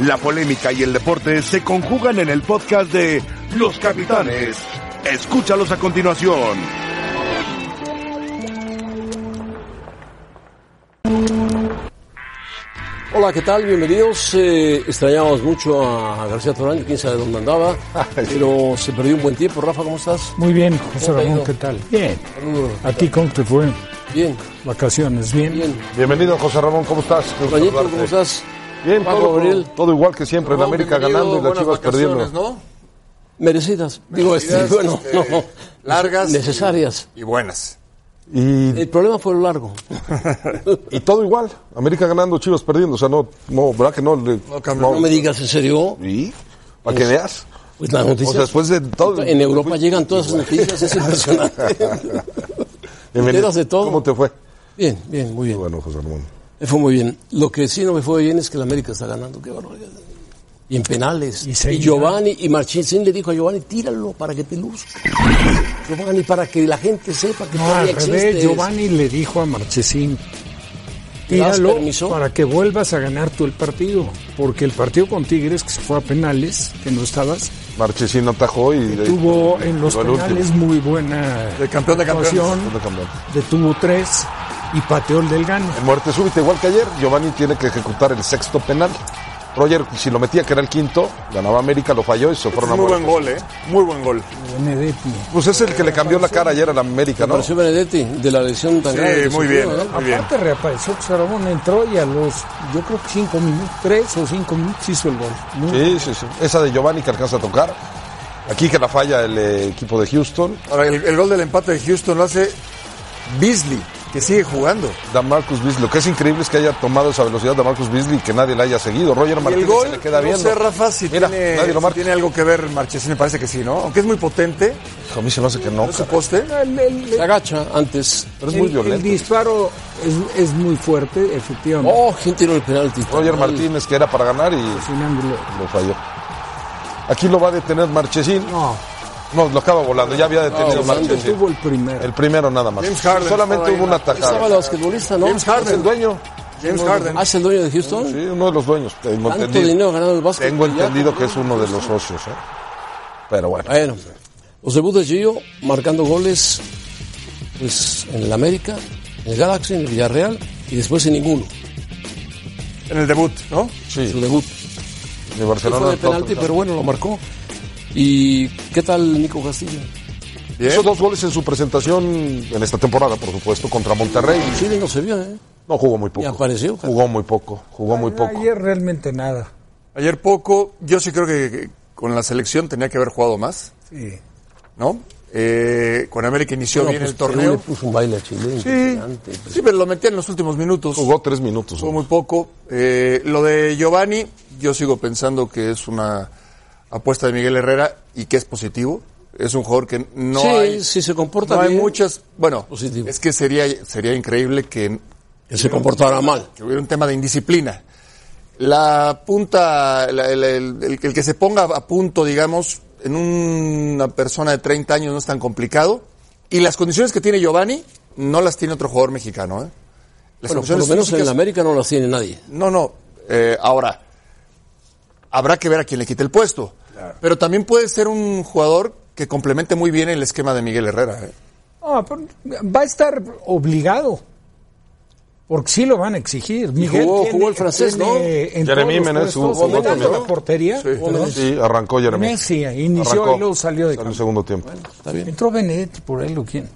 La polémica y el deporte se conjugan en el podcast de Los Capitanes. Escúchalos a continuación. Hola, ¿qué tal? Bienvenidos. Eh, extrañamos mucho a García Torán, quién sabe dónde andaba, pero se perdió un buen tiempo. Rafa, ¿cómo estás? Muy bien, José ¿Cómo te ha Ramón, ido? ¿qué tal? Bien. Saludos. ¿A ti cómo te fue? Bien, ¿Vacaciones? Bien. bien. Bienvenido, José Ramón, ¿cómo estás? Qué gusto Toñito, saludarte. ¿cómo estás? Bien, Paco todo, Gabriel. todo igual que siempre, Ramón, en América bienvenido, ganando y las buenas chivas perdiendo. vacaciones, ¿no? Merecidas. Digo, este, Merecidas, bueno, este, no. largas Necesarias. Y buenas. Y, El problema fue lo largo. y todo igual, América ganando, chivas perdiendo. O sea, no, no ¿verdad que no? Le- cambió. No me digas, ¿en serio? ¿Y? ¿Para que veas? Pues las O noticias. sea, después de todo. En Europa llegan todas las noticias, es impresionante. Bienvenido. enteras de todo. ¿Cómo te fue? Bien, bien, muy bien. Bueno, José Ramón. Me fue muy bien. Lo que sí no me fue bien es que el América está ganando, qué barbaridad. Y en penales. Y Y, seguirá. Giovanni, y Marchín le dijo a Giovanni, tíralo para que te luzca. Giovanni, para que la gente sepa que No, al todavía revés, existes. Giovanni le dijo a Marchesín, ¿Te das tíralo permiso? para que vuelvas a ganar tú el partido, porque el partido con Tigres, que se fue a penales, que no estabas, Marchesín atajó y. y- tuvo en los llegó el último. penales muy buena De campeón de campeones. actuación, Campeón de campeones. detuvo tres y pateó el del gano. En muerte súbita, igual que ayer, Giovanni tiene que ejecutar el sexto penal. Roger, si lo metía, que era el quinto, ganaba América, lo falló y se Este fueron es a muy buen muerte. gol, ¿eh? Muy buen gol. Benedetti. Pues es el que le cambió la cara ayer a la América, ¿no? Apareció Benedetti, de la lesión tan Sí, grave. que muy bien, sufrió, ¿eh? ¿no? Muy bien. Aparte reapareció José Ramón, entró y a los, yo creo que cinco minutos, tres o cinco minutos hizo el gol. Muy Sí, sí, sí. Esa de Giovanni que alcanza a tocar. Aquí que la falla el eh, equipo de Houston. Ahora, el, el gol del empate de Houston lo hace Beasley, que sigue jugando. Da Marcus Beasley. Lo que es increíble es que haya tomado esa velocidad de Marcus Beasley y que nadie la haya seguido. Roger Y el Martínez gol, se le queda no viendo. sé, Rafa, si, Mira, tiene, nadie lo si marca. tiene algo que ver Marchesín, me parece que sí, ¿no? Aunque es muy potente, A mí se me hace que no. ¿no es su cara. poste? El, el- Se agacha antes. Pero es muy el- el violento. disparo es, es muy fuerte, efectivamente. Oh, ¿quién tiró el penalti? Roger Martínez que era para ganar y Es un ángulo. lo falló. Aquí lo va a detener Marchesín. No, No, lo acaba volando. Ya había detenido No, Marchesín. tuvo Oh, el primero. El primero nada más. James Harden Solamente estaba hubo ahí, una ¿no? Estaba atajada. la basquetbolista, ¿no? James ¿Es el Harden. dueño? James Harden. Ah, ¿es el dueño de Houston? Sí, uno de los dueños. Tengo Tanto entendido. dinero ganado el básquet. Tengo Ya, entendido que es uno de los socios. ¿eh? Pero bueno. Bueno, los debuts de Gio marcando goles pues, en el América, en el Galaxy, en el Villarreal y después en ninguno. En el debut, ¿no? Su Sí, debut. de Sí Barcelona. fue de al Tottenham. penalti, pero bueno, lo marcó. ¿Y qué tal Nico Castillo? Hizo dos goles en su presentación en esta temporada, por supuesto, contra Monterrey. En Chile no se vio, ¿eh? No jugó muy poco. Y apareció. Jugó muy poco, jugó muy poco. Ayer realmente nada. Ayer poco, yo sí creo que que con la selección tenía que haber jugado más, Sí. ¿no? Eh, con América inició No, bien pues, el torneo. Le puso un baile a Chile impresionante. Sí, sí, pero lo metí en los últimos minutos. Jugó tres minutos. Fue muy poco. Eh, lo de Giovanni, yo sigo pensando que es una apuesta de Miguel Herrera y que es positivo. Es un jugador que no Sí, hay. si se comporta no hay bien. muchas. Bueno, Positivo. es que sería, sería increíble que, Que se comportara mal. que hubiera un tema de indisciplina. La punta, la- el, el- el- el que se ponga a punto, digamos, en una persona de 30 años no es tan complicado. Y las condiciones que tiene Giovanni no las tiene otro jugador mexicano. ¿eh? Las Bueno, por condiciones lo menos en físicas- el América no las tiene nadie. no, no. eh, ahora, habrá que ver a quién le quite el puesto. Pero también puede ser un jugador que complemente muy bien el esquema de Miguel Herrera. ¿eh? Ah, pero va a estar obligado. Porque sí lo van a exigir. Miguel jugó- tiene- jugó el francés, tiene ¿no? en Jeremy todos los Menez puestos, jugó quitando también, la ¿no? portería. ¿no? Sí, arrancó Jeremy. Messi inició y luego salió de en el cambio. segundo tiempo. Está bien. Entró Benedetti por él o quién.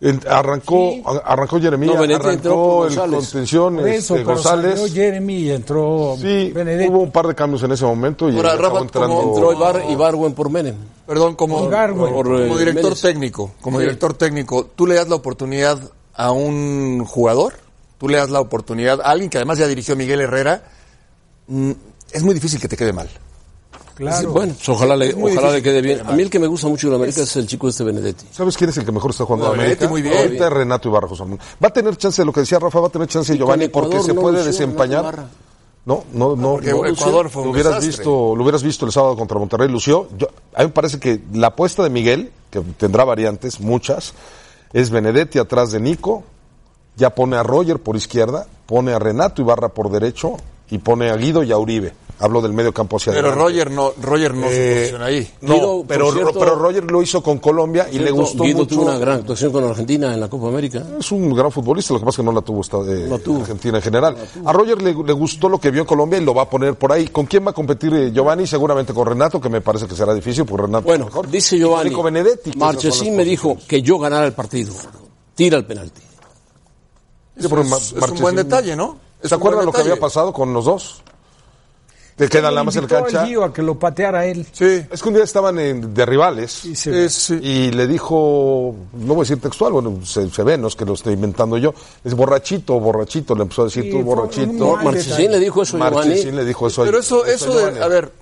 El- arrancó, a- arrancó Jeremy, No, Benetti entró arrancó por el González. contención Por eso, este, pero González. salió Jeremy y entró Sí, Benedetti. hubo un par de cambios en ese momento y Ahora, acabó Rabat, ¿cómo entrando. Entró Ibar, Ibarwen por Menem. Ah. Perdón, como, Ibargüen. como Por, eh, director Méndez. técnico, como director técnico, ¿tú le das la oportunidad a un jugador? ¿Tú le das la oportunidad a alguien que además ya dirigió Miguel Herrera? Mm, es muy difícil que te quede mal. Sí, Claro. Bueno, pues ojalá, le, muy ojalá le difícil quede bien. A mí el que me gusta mucho de la América es el chico este Benedetti. ¿Sabes quién es el que mejor está jugando No, en América? Benedetti, muy bien. Ahorita es Renato Ibarra José Ramón. Va a tener chance, lo que decía Rafa, va a tener chance con Giovanni Ecuador porque se no puede lució desempañar. Renato Ibarra. No, no, Ah, no. porque no, Ecuador fue un lo hubieras desastre. visto, lo hubieras visto el sábado contra Monterrey, Lucio. Yo- a mí me parece que la apuesta de Miguel, que tendrá variantes, muchas, es Benedetti atrás de Nico, ya pone a Roger por izquierda, pone a Renato Ibarra por derecho y pone a Guido y a Uribe. Hablo del medio campo hacia Pero adelante. Roger no, Roger Eh, no se posiciona ahí. No, Guido, pero, por cierto- pero Roger lo hizo con Colombia y le Guido- gustó Guido mucho. tuvo una gran actuación con Argentina en la Copa América. Es un gran futbolista, lo que pasa es que no la tuvo, esta, eh, No tuvo. Argentina en general. A Roger le, le gustó lo que vio en Colombia y lo va a poner por ahí. ¿Con quién va a competir eh, Giovanni? Seguramente con Renato, que me parece que será difícil, porque Renato Bueno, es mejor. dice Y Giovanni. Nico Benedetti. que esas Marchesín son me las dijo posiciones. que yo ganara el partido. Tira el penalti. Sí, porque Es- Ma- es un Marchesín- buen detalle, ¿no? Es ¿Se un buen acuerdan lo que detalle. había pasado con los dos? Te quedan la más en la Invitó al cancha. Gio a que lo pateara él. Sí. Es que un día estaban en- de rivales. Y se- Sí, sí. Y le dijo, no voy a decir textual, bueno, se, se ve, no es que lo estoy inventando yo, es borrachito, borrachito, le empezó a decir Sí, tú, fue borrachito. un mal Marchesín detalle. le dijo eso a Giovanni. Marchesín le dijo eso a- Pero eso, eso Giovanni. de, a ver,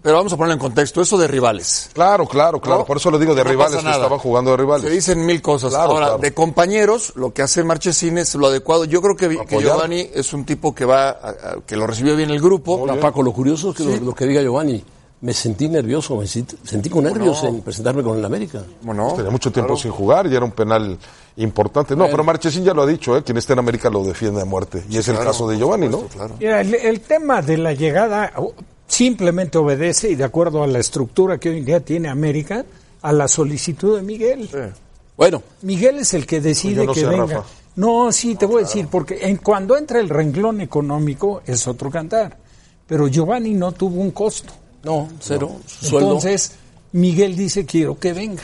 pero vamos a ponerlo en contexto, eso de rivales. Claro, claro, claro, ¿no? por eso lo digo de No rivales, pasa que nada. estaban jugando de rivales. Se dicen mil cosas. Claro, Ahora, claro. de compañeros, lo que hace Marchesín es lo adecuado. Yo creo que, que Apoyar. Giovanni es un tipo que va, a- a- que lo recibió bien el grupo. Ahora, Paco, lo curioso es que lo, lo que diga Giovanni, me sentí nervioso, me sentí, sentí con nervios en presentarme con el América. Bueno, Tenía mucho tiempo sin jugar y era un penal importante. No, pero Marchesín ya lo ha dicho, ¿eh? quien esté en América lo defiende a muerte. Y es el caso de Giovanni, ¿no? Mira, el, el tema de la llegada o- simplemente obedece, y de acuerdo a la estructura que hoy en día tiene América, a la solicitud de Miguel. Bueno, Miguel es el que decide Yo no que sé, venga. Rafa. No, sí, te voy a decir, porque en, cuando entra el renglón económico es otro cantar. Pero Giovanni no tuvo un costo. no, cero, su sueldo. Entonces, Miguel dice, quiero que venga.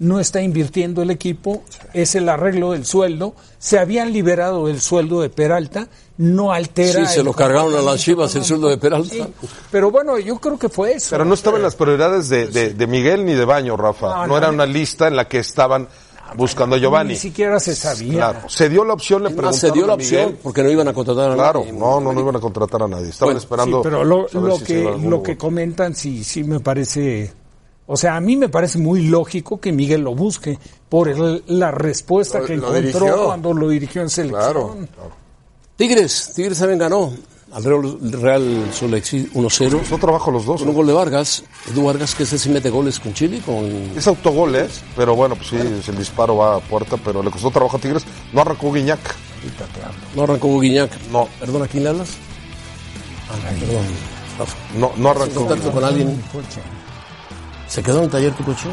No está invirtiendo el equipo, es el arreglo del sueldo. Se habían liberado del sueldo de Peralta, no altera. Sí, se el lo cargaron a las Chivas el comportamiento sueldo de Peralta. económico. Sí, pero bueno, yo creo que fue eso. Pero no estaban las prioridades de, de- de Miguel ni de Baño, Rafa. No, No no, era no. una lista en la que estaban buscando a Giovanni. Ni siquiera se sabía. Claro, se dio la opción, le Es más, preguntaron Ah, se dio la a Miguel. opción porque no iban a contratar a Claro, nadie. no, no, no iban a contratar a nadie. Estaban Bueno, esperando. Sí, pero lo, saber lo si se que, iba a algún lo lugar. que comentan sí, sí me parece... O sea, a mí me parece muy lógico que Miguel lo busque por el- la respuesta Lo- que lo encontró dirigió. cuando lo dirigió en selección. Tigres, Tigres también ganó al Real, Real Solexi 1-0. No trabajo los dos. ¿eh? Con un gol de Vargas, Edu Vargas, que ese sí mete goles con Chile, con Es autogol, ¿eh? Pero bueno, pues sí, el disparo va a puerta, pero le costó trabajo a Tigres. No arrancó Guiñac. No arrancó Guiñac. No. Perdona, ¿quién le hablas? Ah, perdón. Rafa. No, no arrancó. Contacto con alguien. Se quedó en el taller Cucucho.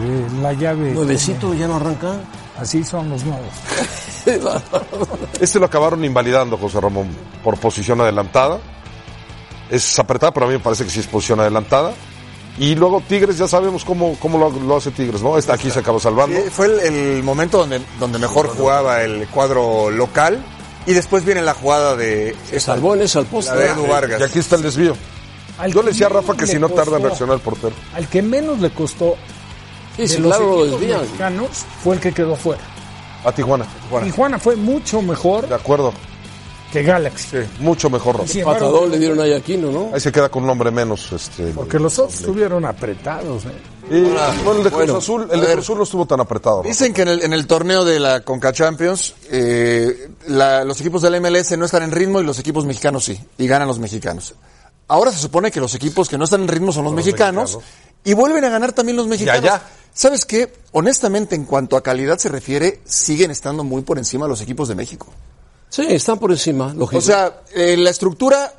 Eh, La llave... Nuevecito, ya no arranca. Así son los nuevos. Este lo acabaron invalidando, José Ramón, por posición adelantada. Es apretada, pero a mí me parece que sí es posición adelantada. Y luego Tigres, ya sabemos cómo, cómo lo, lo hace Tigres, ¿no? Esta aquí se acabó salvando. Eh, Fue el, el momento donde, donde mejor jugaba el cuadro local y después viene la jugada de esa- Salvó en esa al poste. la de Edu Y Vargas. aquí está el desvío. Al Yo que le decía a menos Rafa que le si no tarda en costó- reaccionar el portero. Al que menos le costó Sí, sí, de los claro, lo equipos desvían. mexicanos fue el que quedó fuera. A Tijuana. Bueno. Tijuana fue mucho mejor De acuerdo. que Galaxy. Mucho mejor, Rafa. Sin embargo, Patadón le dieron a Aquino, ¿no? Ahí se queda con un hombre menos. Este, Porque los otros estuvieron apretados. ¿eh? Y, bueno, el de Cruz Bueno, Azul, el de Cruz Azul no estuvo tan apretado. Rafa. Dicen que en el, en el torneo de la Conca Champions eh, la- los equipos del MLS no están en ritmo y los equipos mexicanos sí, y ganan los mexicanos. Ahora se supone que los equipos que no están en ritmo son los, mexicanos, y vuelven a ganar también los mexicanos. allá. ¿Sabes qué? Honestamente, en cuanto a calidad se refiere, siguen estando muy por encima los equipos de México. Sí, están por encima, lógico. O sea, eh, la estructura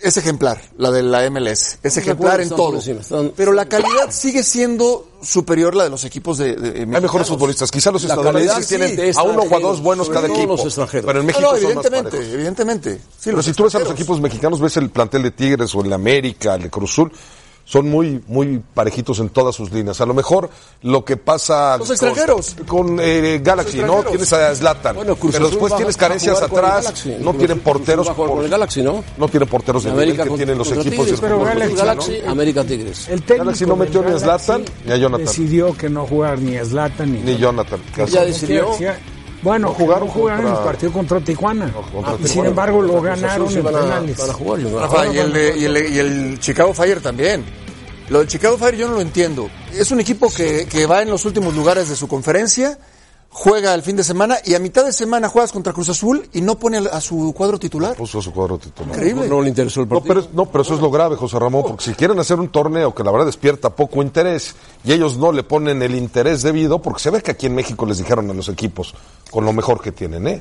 es ejemplar, la de la MLS. Es de ejemplar acuerdo, en están todo. por encima, están- Pero la calidad sigue siendo superior la de los equipos de, de- de Hay mexicanos. mejores futbolistas. Quizá los La estadounidenses calidad, sí, tienen de a uno o a dos extranjeros, buenos sobre cada todo equipo. los extranjeros. Pero Ah, en No, México no, son más evidentemente, parejos. evidentemente. Sí, Pero los si tú ves a los extranjeros. equipos mexicanos, ves el plantel de Tigres o el América, el de Cruz Azul, son muy, muy parejitos en todas sus líneas. A lo mejor lo que pasa Los Ah, con- extranjeros. con, eh, Galaxy, Los ¿no? extranjeros. Tienes a Zlatan, Bueno, Cruz pero Azul después va a- tienes va a carencias jugar con el atrás, Galaxy. no Cruz tienen Azul va a porteros, jugar con el Galaxy, ¿no? no tienen porteros de nivel que contra- tienen los contra equipos. Tigres, de pero los Galaxy, mexicanos. Galaxy, América Tigres. El técnico Galaxy no del metió ni a Galaxy Zlatan ni a Jonathan. Decidió que no jugar ni a Zlatan ni, Ni Jonathan. ¿qué hace? Ya decidió. García. Bueno, No jugaron jugaron, jugaron contra- el partido contra Tijuana. contra y sin Tijuana. embargo lo Cruz Azul ganaron sí en van a- penales. van a jugar, yo no- Rafa, y el, de- y, el, y el Chicago Fire también. Lo del Chicago Fire yo no lo entiendo. Es un equipo que, que va en los últimos lugares de su conferencia, juega el fin de semana y a mitad de semana juegas contra Cruz Azul y no pone al- a su cuadro titular. Puso su cuadro titular. Increíble. No le interesó el No partido. pero, es- no, pero eso es lo grave, José Ramón, porque si quieren hacer un torneo que la verdad despierta poco interés y ellos no le ponen el interés debido, porque se ve que aquí en México les dijeron a los equipos con lo mejor que tienen, ¿eh?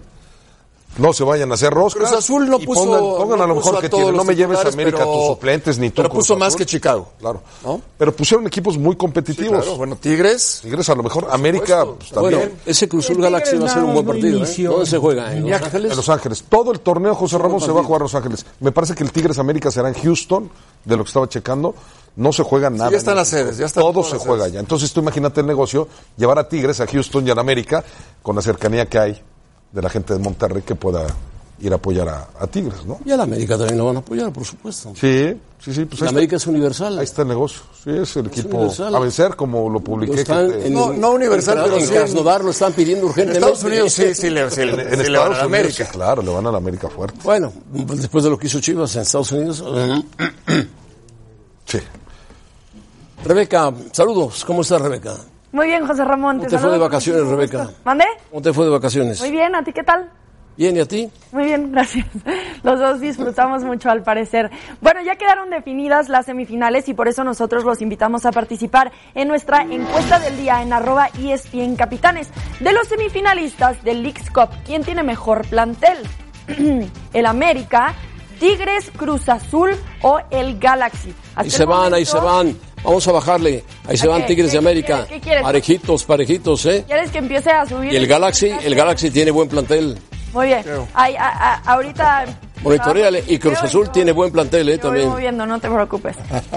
No se vayan a hacer roscas. Cruz Azul no y puso- pongan, pongan no a lo puso mejor a que todos tienen. No los me lleves a titulares, América pero- tus suplentes ni tú. pero Cruz puso más Azul. que Chicago. Claro. ¿No? Pero pusieron equipos muy competitivos. Claro, bueno, Tigres. Tigres, a lo mejor América pues, también. Bueno, ese Cruz El Azul Tigres Galaxy va a ser nada un buen más no partido. ¿eh? inició. ¿Dónde se juega? ¿En Los Ángeles? En Los Ángeles. Todo el torneo, José Ramón, se va a jugar en Los Ángeles. Me parece que el Tigres América será en Houston, de lo que estaba checando. No se juega nada. ya están en las México. sedes, ya están Todo todas se las juega sedes. ya. Entonces tú imagínate el negocio, llevar a Tigres a Houston y a la América, con la cercanía que hay de la gente de Monterrey que pueda ir a apoyar a, a Tigres, ¿no? Y a la América también pues, lo van a apoyar, por supuesto. Sí, sí, sí. Pues la ahí, América está, es universal. ahí está el negocio. Sí, es el equipo universal. a vencer, como lo Lo publiqué. están que te- en- No, no universal, en- pero en sí en- Krasnodar lo están pidiendo En urgentemente. Estados Unidos sí, sí le, sí, en- le- en sí le Estados van a la Unidos, América. sí, claro, le van a la América fuerte. Bueno, después de lo que hizo Chivas en Estados Unidos. eh, Sí. Rebeca, saludos. ¿Cómo estás, Rebeca? Muy bien, José Ramón. ¿Cómo te fue de saludo con vacaciones, muchísimo Rebeca? gusto. ¿Mandé? ¿Cómo te fue de vacaciones? Muy bien, ¿a ti qué tal? Bien, ¿y a ti? Muy bien, gracias. Los dos disfrutamos mucho al parecer. Bueno, ya quedaron definidas las semifinales y por eso nosotros los invitamos a participar en nuestra encuesta del día en arroba E ESPN Capitanes. De los semifinalistas del Leagues Cup, ¿quién tiene mejor plantel? ¿El América, Tigres, Cruz Azul o el Galaxy? Hasta Ahí el se van, ahí momento- se van. Vamos a bajarle. Ahí se Ok, van Tigres ¿qué- de América. qué- qué quieres? Parejitos, parejitos, ¿eh? ¿Quieres que empiece a subir? Y el Galaxy, el Galaxy tiene buen plantel. Muy bien. Ay, a- a- ahorita. Monitoreale. Y Cruz Creo Azul yo- tiene buen plantel, ¿eh? yo voy También. moviendo, no te preocupes.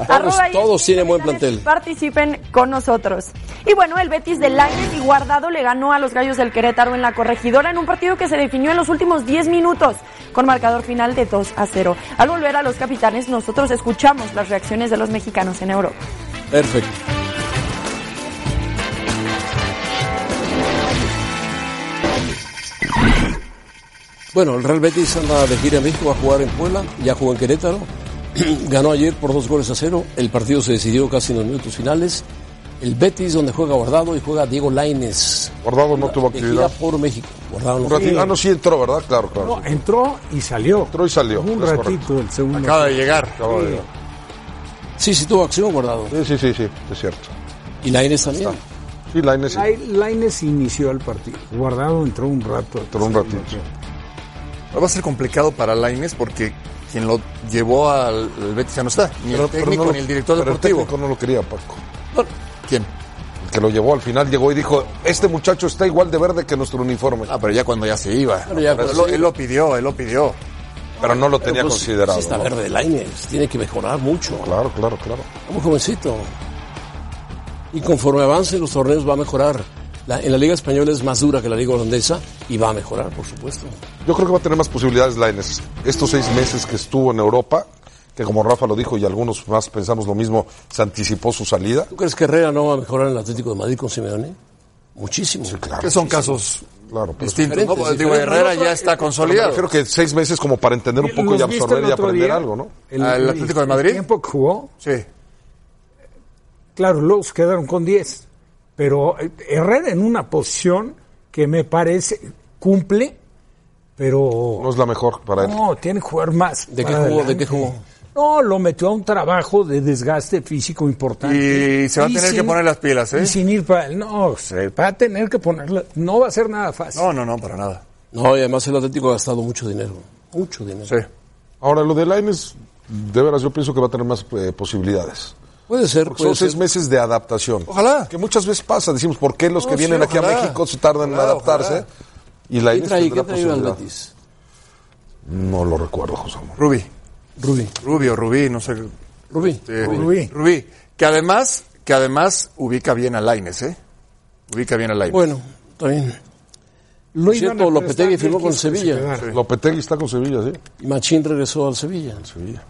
Arroba todos ESPN tienen buen Capitanes, plantel. Participen con nosotros. Y bueno, el Betis de Lainez y Guardado le ganó a los Gallos del Querétaro en la corregidora en un partido que se definió en los últimos 10 minutos con marcador final de 2 a 0. Al volver a los capitanes, nosotros escuchamos las reacciones de los mexicanos en Europa. Perfecto. Bueno, el Real Betis anda de gira en México, va a jugar en Puebla, ya jugó en Querétaro, ganó ayer por dos goles a cero, el partido se decidió casi en los minutos finales, el Betis donde juega Guardado y juega Diego Laines, Guardado no tuvo de gira actividad. por México, Guardado no Un ratito- Ah, no, sí entró, ¿verdad? Claro, claro. No, entró y salió. Entró y salió, Un es ratito correcto. el segundo. Acaba de llegar. Acaba de- Sí, sí tuvo acción Guardado, Sí, sí, sí, sí, es cierto. y Laines también. Sí, Lainez sí, Lai- Lainez inició el partido. Guardado entró un rato. entró un ratito. Ahora Va a ser complicado para Laines porque quien lo llevó al, al Betis ya no está. Ni el técnico no lo- ni el director pero deportivo. técnico no lo quería, Paco. Bueno, ¿Quién? El que lo llevó al final llegó y dijo, este muchacho está igual de verde que nuestro uniforme. Ah, pero ya cuando ya se iba. Bueno, ya Pero cuando lo- se él lo pidió, él lo pidió. Pero no lo tenía Pues, considerado. sí está ¿no? verde Laines, tiene que mejorar mucho. Claro, claro, claro. Muy jovencito. Y conforme avancen los torneos va a mejorar. La- en la Liga Española es más dura que la Liga Holandesa y va a mejorar, por supuesto. Yo creo que va a tener más posibilidades Laines. Estos seis meses que estuvo en Europa, que como Rafa lo dijo y algunos más pensamos lo mismo, se anticipó su salida. ¿Tú crees que Herrera no va a mejorar en el Atlético de Madrid con Simeone? Muchísimo. Que son casos Claro, pero distintos. ¿no? Diferentes, eh, Digo, diferentes. Herrera ya está me consolidado. refiero que seis meses como para entender un poco y ¿Los viste absorber el y otro aprender día? algo, ¿no? ¿Al Atlético de Madrid? El tiempo que jugó, Sí. claro, los quedaron con 10. Pero eh, Herrera en una posición que me parece cumple, No pero es la mejor para él. no, tiene que jugar más. ¿De qué para jugó? ¿De adelante. qué jugó? No, lo metió a un trabajo de desgaste físico importante. Y se va a tener que poner las pilas, ¿eh? Y sin ir para... No, se va a tener que ponerla... No va a ser nada fácil. No, no, no, para nada. No, y además el Atlético ha gastado mucho dinero. Mucho dinero. Sí. Ahora, lo de Laines, de veras, yo pienso que va a tener más eh, posibilidades. Puede ser, Porque son puede seis ser. meses de adaptación. Ojalá. Que muchas veces pasa. Decimos, ¿por qué los No, que sí, vienen aquí ojalá. a México se tardan en Ojalá, adaptarse? ojalá. Y ¿Qué Laines trae, tendrá ¿qué trae al posibilidad. Betis? No lo recuerdo, José Ramón. Rubí. Rubí. Rubí o Rubí, no sé. Rubí. eh, Rubí. Que además, que además ubica bien a Laines, ¿eh? Ubica bien a Laines. Bueno, está bien. Lo iban Por cierto, a prestar, Lopetegui él firmó con quiso que se Sevilla. quedara. Lopetegui está con Sevilla, ¿sí? Y Machín regresó al Sevilla. Sevilla.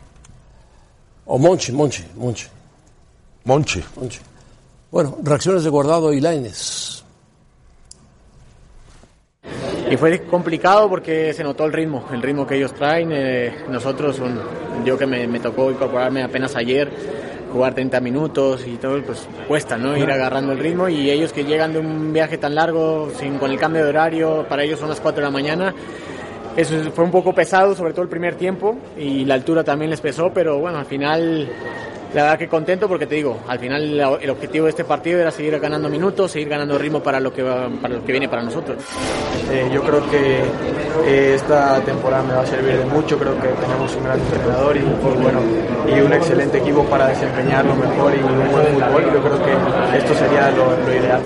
O Monchi, Monchi, Monchi. Monchi. Once. Bueno, reacciones de Guardado y Laines. Y fue complicado porque se notó el ritmo, el ritmo que ellos traen. eh, nosotros, un- yo que me, me tocó incorporarme apenas ayer, jugar 30 minutos y todo, pues cuesta, ¿no? Ir agarrando el ritmo y ellos que llegan de un viaje tan largo, sin, con el cambio de horario, para ellos son las 4 de la mañana. Eso es- fue un poco pesado, sobre todo el primer tiempo, y la altura también les pesó, pero bueno, al final La verdad que contento porque te digo, al final la- el objetivo de este partido era seguir ganando minutos, seguir ganando ritmo para lo que, va- para lo que viene para nosotros. Eh, yo creo que eh, esta temporada me va a servir de mucho, creo que tenemos un gran entrenador y, y bueno, y un excelente equipo para desempeñar lo mejor y un buen fútbol. Yo creo que esto sería lo- lo ideal.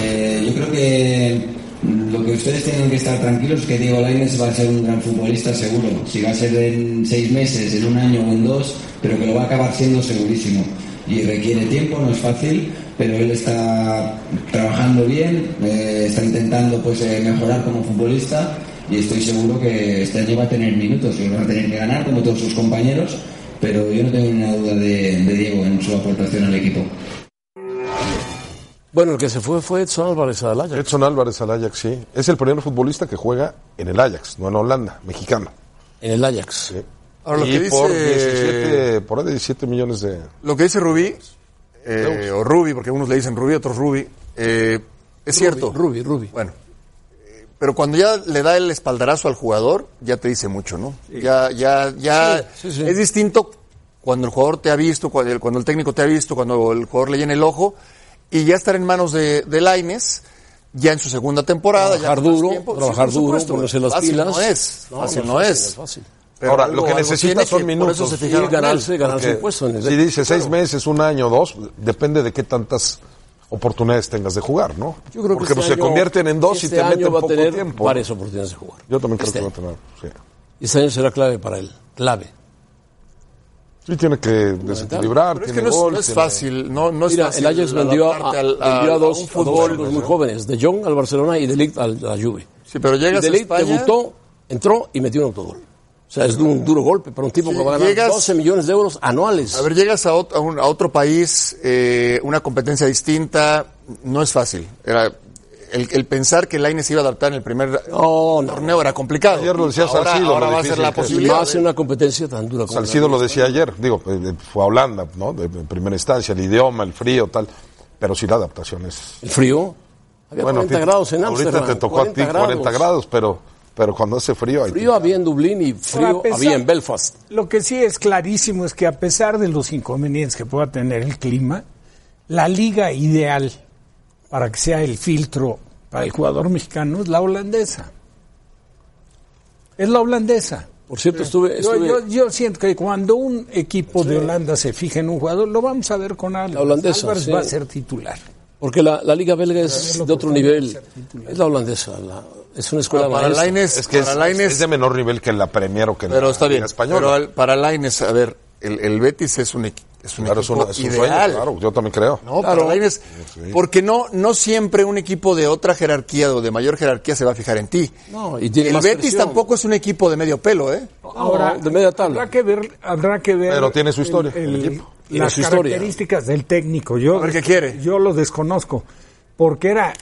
Eh, yo creo que lo que ustedes tienen que estar tranquilos es que Diego Lainez va a ser un gran futbolista seguro. Si va a ser en seis meses, en un año o en dos, pero que lo va a acabar siendo segurísimo. Y requiere tiempo, no es fácil, pero él está trabajando bien, eh, está intentando pues eh, mejorar como futbolista y estoy seguro que este año va a tener minutos y va a tener que ganar como todos sus compañeros, pero yo no tengo ninguna duda de- de Diego en su aportación al equipo. Bueno, el que se fue fue Edson Álvarez al Ajax. Edson Álvarez al Ajax, sí. Es el primer futbolista que juega en el Ajax, no en Holanda, mexicano. En el Ajax. Ahora, lo y que dice- por, 17, por ahí de 17 millones de... Lo que dice Rubí, eh, o Rubi, porque algunos le dicen Rubí, otros Rubi, eh, es cierto. Rubi, Rubi. Bueno, eh, pero cuando ya le da el espaldarazo al jugador, ya te dice mucho, ¿no? Ya, ya, ya. Sí, sí, sí. Es distinto cuando el jugador te ha visto, cuando el, cuando el técnico te ha visto, cuando el jugador le llena el ojo, y ya estar en manos de, de Lainez, ya en su segunda temporada. Trabajar ya con más duro, tiempo. Sí, trabajar por duro, supuesto, ponerse las fácil pilas. No es, No, fácil no no, es. es fácil, no es fácil. Pero Ahora, algo- lo que algo necesita tiene son que- minutos. Por eso se Y fijaron en él. ganarse, ganarse el Porque puesto. En el... Si dice seis meses, un año, dos, depende de qué tantas oportunidades tengas de jugar, ¿no? Yo creo que Porque pues, este se año- convierten en dos y este te año meten va a poco tener tiempo. varias oportunidades de jugar. Yo también creo Este que va a año. tener, sí. Este año será clave para él, clave. Sí tiene que desequilibrar, Pero es tiene que no es, gol, no es tiene- fácil, no, no es Mira, fácil el Ajax vendió a, adaptarte al- vendió a al- dos, un a dos fútbol. chicos muy jóvenes, De Jong al Barcelona y De Ligt al, a la Juve. Sí, pero llegas de a Ligt España- debutó, entró y metió un autogol. O sea, es un duro golpe para un tipo Sí, que va a ganar llegas- 12 millones de euros anuales. A ver, llegas a, ot- a un- a otro país, eh, una competencia distinta, no es fácil. Era el, el pensar que Lainez se iba a adaptar en el primer No, no. torneo era complicado. Ayer lo decía ahora, Salcido, ahora lo va a ser difícil la que es. Y posibilidad. más en una competencia tan dura como la Salcido lo decía ayer, digo, eh, fue a Holanda, ¿no? De, de primera instancia, el idioma, el frío, tal. Pero sí la adaptación es... El frío. Había Bueno, 40 a ti- grados en ahorita Ámsterdam. te tocó a ti 40 grados, pero, pero cuando hace frío... ahí Frío había en Dublín y frío Ahora, pensar- había en Belfast. Lo que sí es clarísimo es que a pesar de los inconvenientes que pueda tener el clima, la liga ideal para que sea el filtro para el jugador mexicano es la holandesa. Es la holandesa. Por cierto, estuve, Yo, estuve yo- yo siento que cuando un equipo de Holanda se fija en un jugador, lo vamos a ver con Álvarez. La holandesa, Álvarez sí. va a ser titular. porque la, la liga belga es de otro nivel. Es la holandesa, la- es una escuela Ah, para maestra. Lainez, Es que es, para Lainez- es de menor nivel que la Premier o que pero la está bien. Liga española. Pero al- para Lainez, a ver, el, el Betis es un, equi- es un claro, es, equipo una- es un sueño, ideal. claro, yo también creo. No, para Lainez, porque no, no siempre un equipo de otra jerarquía o de mayor jerarquía se va a fijar en ti. No, y tiene el más Betis presión. tampoco es un equipo de medio pelo, ¿eh? Ahora, de media tabla. Habrá que ver, habrá que ver. Pero tiene su historia, el equipo. Tiene las su historia. características del técnico. Yo, A ver qué quiere. Yo lo desconozco. Porque era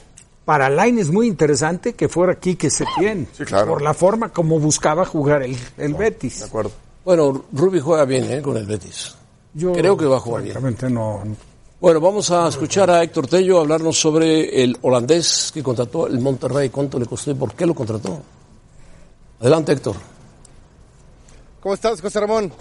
para Line es muy interesante que fuera aquí que se tiene. Sí, claro. Por la forma como buscaba jugar el, el Betis. De acuerdo. Bueno, Rubi juega bien ¿eh? con el Betis. Yo, Creo que va a jugar bien. francamente, no. Bueno, vamos a escuchar a Héctor Tello hablarnos sobre el holandés que contrató el Monterrey, cuánto le costó y por qué lo contrató. Adelante, Héctor. ¿Cómo estás, José Ramón?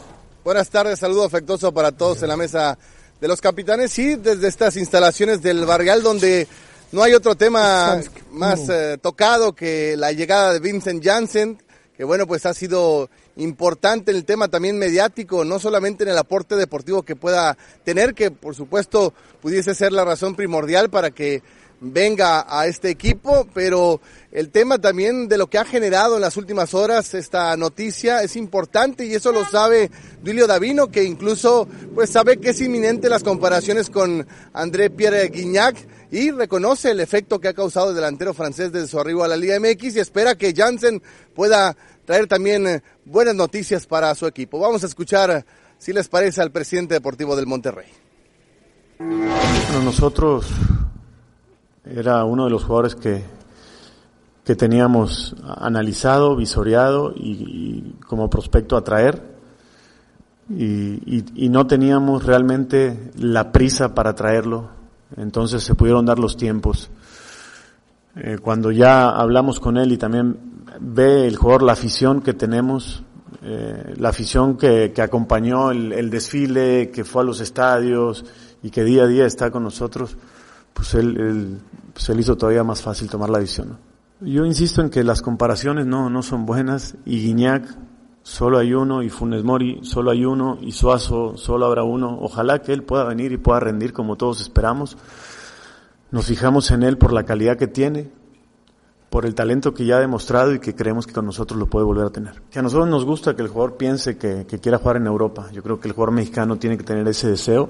Buenas tardes, saludo afectuoso para todos en la mesa de los capitanes y desde estas instalaciones del Barrial donde no hay otro tema más eh, tocado que la llegada de Vincent Janssen, que bueno, pues ha sido importante en el tema también mediático, no solamente en el aporte deportivo que pueda tener, que por supuesto pudiese ser la razón primordial para que venga a este equipo, pero el tema también de lo que ha generado en las últimas horas esta noticia es importante y eso lo sabe Duilio Davino, que incluso pues sabe que es inminente las comparaciones con André Pierre Guignac y reconoce el efecto que ha causado el delantero francés desde su arribo a la Liga MX y espera que Jansen pueda traer también eh, buenas noticias para su equipo. Vamos a escuchar, si les parece, al presidente deportivo del Monterrey. Bueno, nosotros era uno de los jugadores que, que teníamos analizado, visoreado y, y como prospecto a traer. Y, y- y no teníamos realmente la prisa para traerlo. Entonces se pudieron dar los tiempos. Eh, cuando ya hablamos con él y también ve el jugador la afición que tenemos, eh, la afición que, que acompañó el, el desfile, que fue a los estadios y que día a día está con nosotros, pues él, él, pues él hizo todavía más fácil tomar la decisión. ¿no? Yo insisto en que las comparaciones no, no son buenas y Guiñac solo hay uno y Funes Mori solo hay uno y Suazo solo habrá uno. Ojalá que él pueda venir y pueda rendir como todos esperamos. Nos fijamos en él por la calidad que tiene, por el talento que ya ha demostrado y que creemos que con nosotros lo puede volver a tener. Que a nosotros nos gusta que el jugador piense que, que quiera jugar en Europa. Yo creo que el jugador mexicano tiene que tener ese deseo.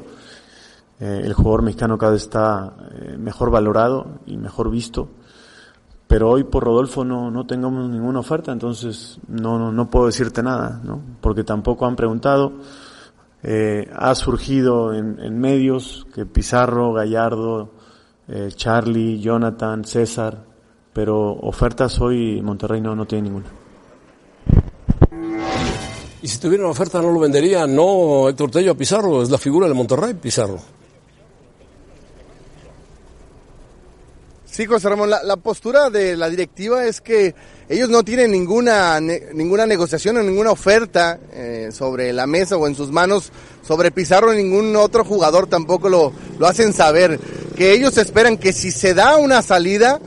Eh, el jugador mexicano cada vez está eh, mejor valorado y mejor visto. Pero hoy por Rodolfo no, no tengamos ninguna oferta, entonces no, no, no puedo decirte nada, ¿no? Porque tampoco han preguntado. Eh, ha surgido en, en, medios que Pizarro, Gallardo, eh, Charlie, Jonathan, César, pero ofertas hoy Monterrey no, no tiene ninguna. Y si tuviera una oferta no lo vendería, no Héctor Tello a Pizarro, es la figura de Monterrey, Pizarro. Sí, José Ramón, la, la, postura de la directiva es que ellos no tienen ninguna, ne, ninguna negociación o ninguna oferta eh, sobre la mesa o en sus manos sobre Pizarro, ningún otro jugador tampoco lo, lo hacen saber. Que ellos esperan que si se da una salida,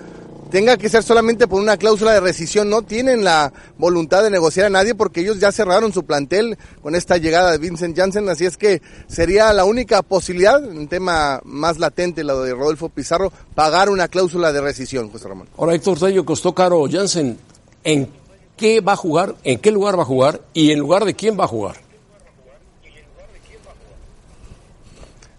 tenga que ser solamente por una cláusula de rescisión. No tienen la voluntad de negociar a nadie porque ellos ya cerraron su plantel con esta llegada de Vincent Janssen. Así es que sería la única posibilidad, un tema más latente, lo de Rodolfo Pizarro, pagar una cláusula de rescisión, José Ramón. Ahora, Héctor Tello, costó caro Janssen. ¿En qué va a jugar? ¿En qué lugar va a jugar? ¿Y en lugar de quién va a jugar?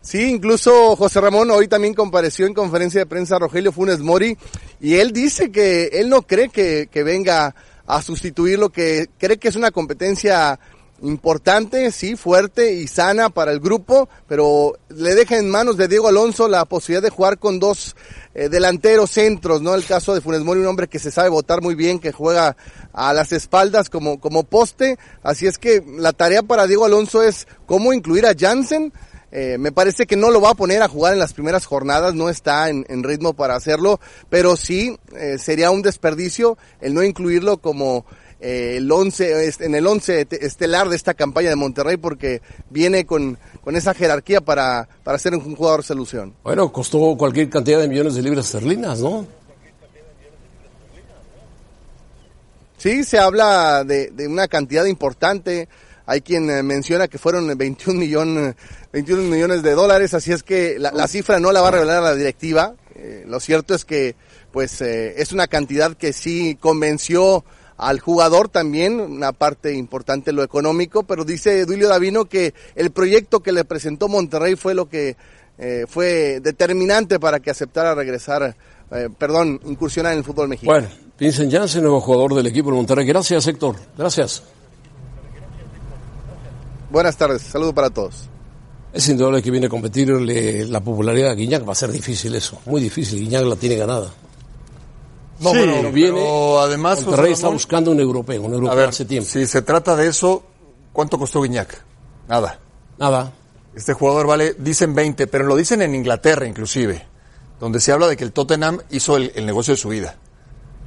Sí, incluso José Ramón hoy también compareció en conferencia de prensa Rogelio Funes Mori y él dice que él no cree que, que venga a sustituir lo que cree que es una competencia importante, sí, fuerte y sana para el grupo, pero le deja en manos de Diego Alonso la posibilidad de jugar con dos eh, delanteros centros, ¿no? El caso de Funes Mori, un hombre que se sabe votar muy bien, que juega a las espaldas como, como poste, así es que la tarea para Diego Alonso es cómo incluir a Jansen, eh, me parece que no lo va a poner a jugar en las primeras jornadas, no está en, en ritmo para hacerlo, pero sí eh, sería un desperdicio el no incluirlo como eh, el once, en el 11 estelar de esta campaña de Monterrey porque viene con, con esa jerarquía para, para ser un jugador solución. Bueno, costó cualquier cantidad de millones de libras esterlinas, ¿no? Sí, se habla de, de una cantidad importante. Hay quien eh, menciona que fueron 21, millón, 21 millones de dólares, así es que la, la cifra no la va a revelar la directiva. Eh, lo cierto es que pues eh, es una cantidad que sí convenció al jugador también, una parte importante lo económico, pero dice Duilio Davino que el proyecto que le presentó Monterrey fue lo que eh, fue determinante para que aceptara regresar, eh, perdón, incursionar en el fútbol mexicano. Bueno, Vincent Janssen, nuevo jugador del equipo de Monterrey. Gracias, Héctor. Gracias. Buenas tardes, saludo para todos. Es indudable que viene a competir le, la popularidad de Guiñac, va a ser difícil eso, muy difícil, Guiñac la tiene ganada. No, sí, pero, viene, pero además Monterrey está buscando un europeo, un europeo a ver, hace tiempo. Si se trata de eso, ¿cuánto costó Guiñac? Nada. Nada. Este jugador vale, dicen 20, pero lo dicen en Inglaterra inclusive, donde se habla de que el Tottenham hizo el, el negocio de su vida.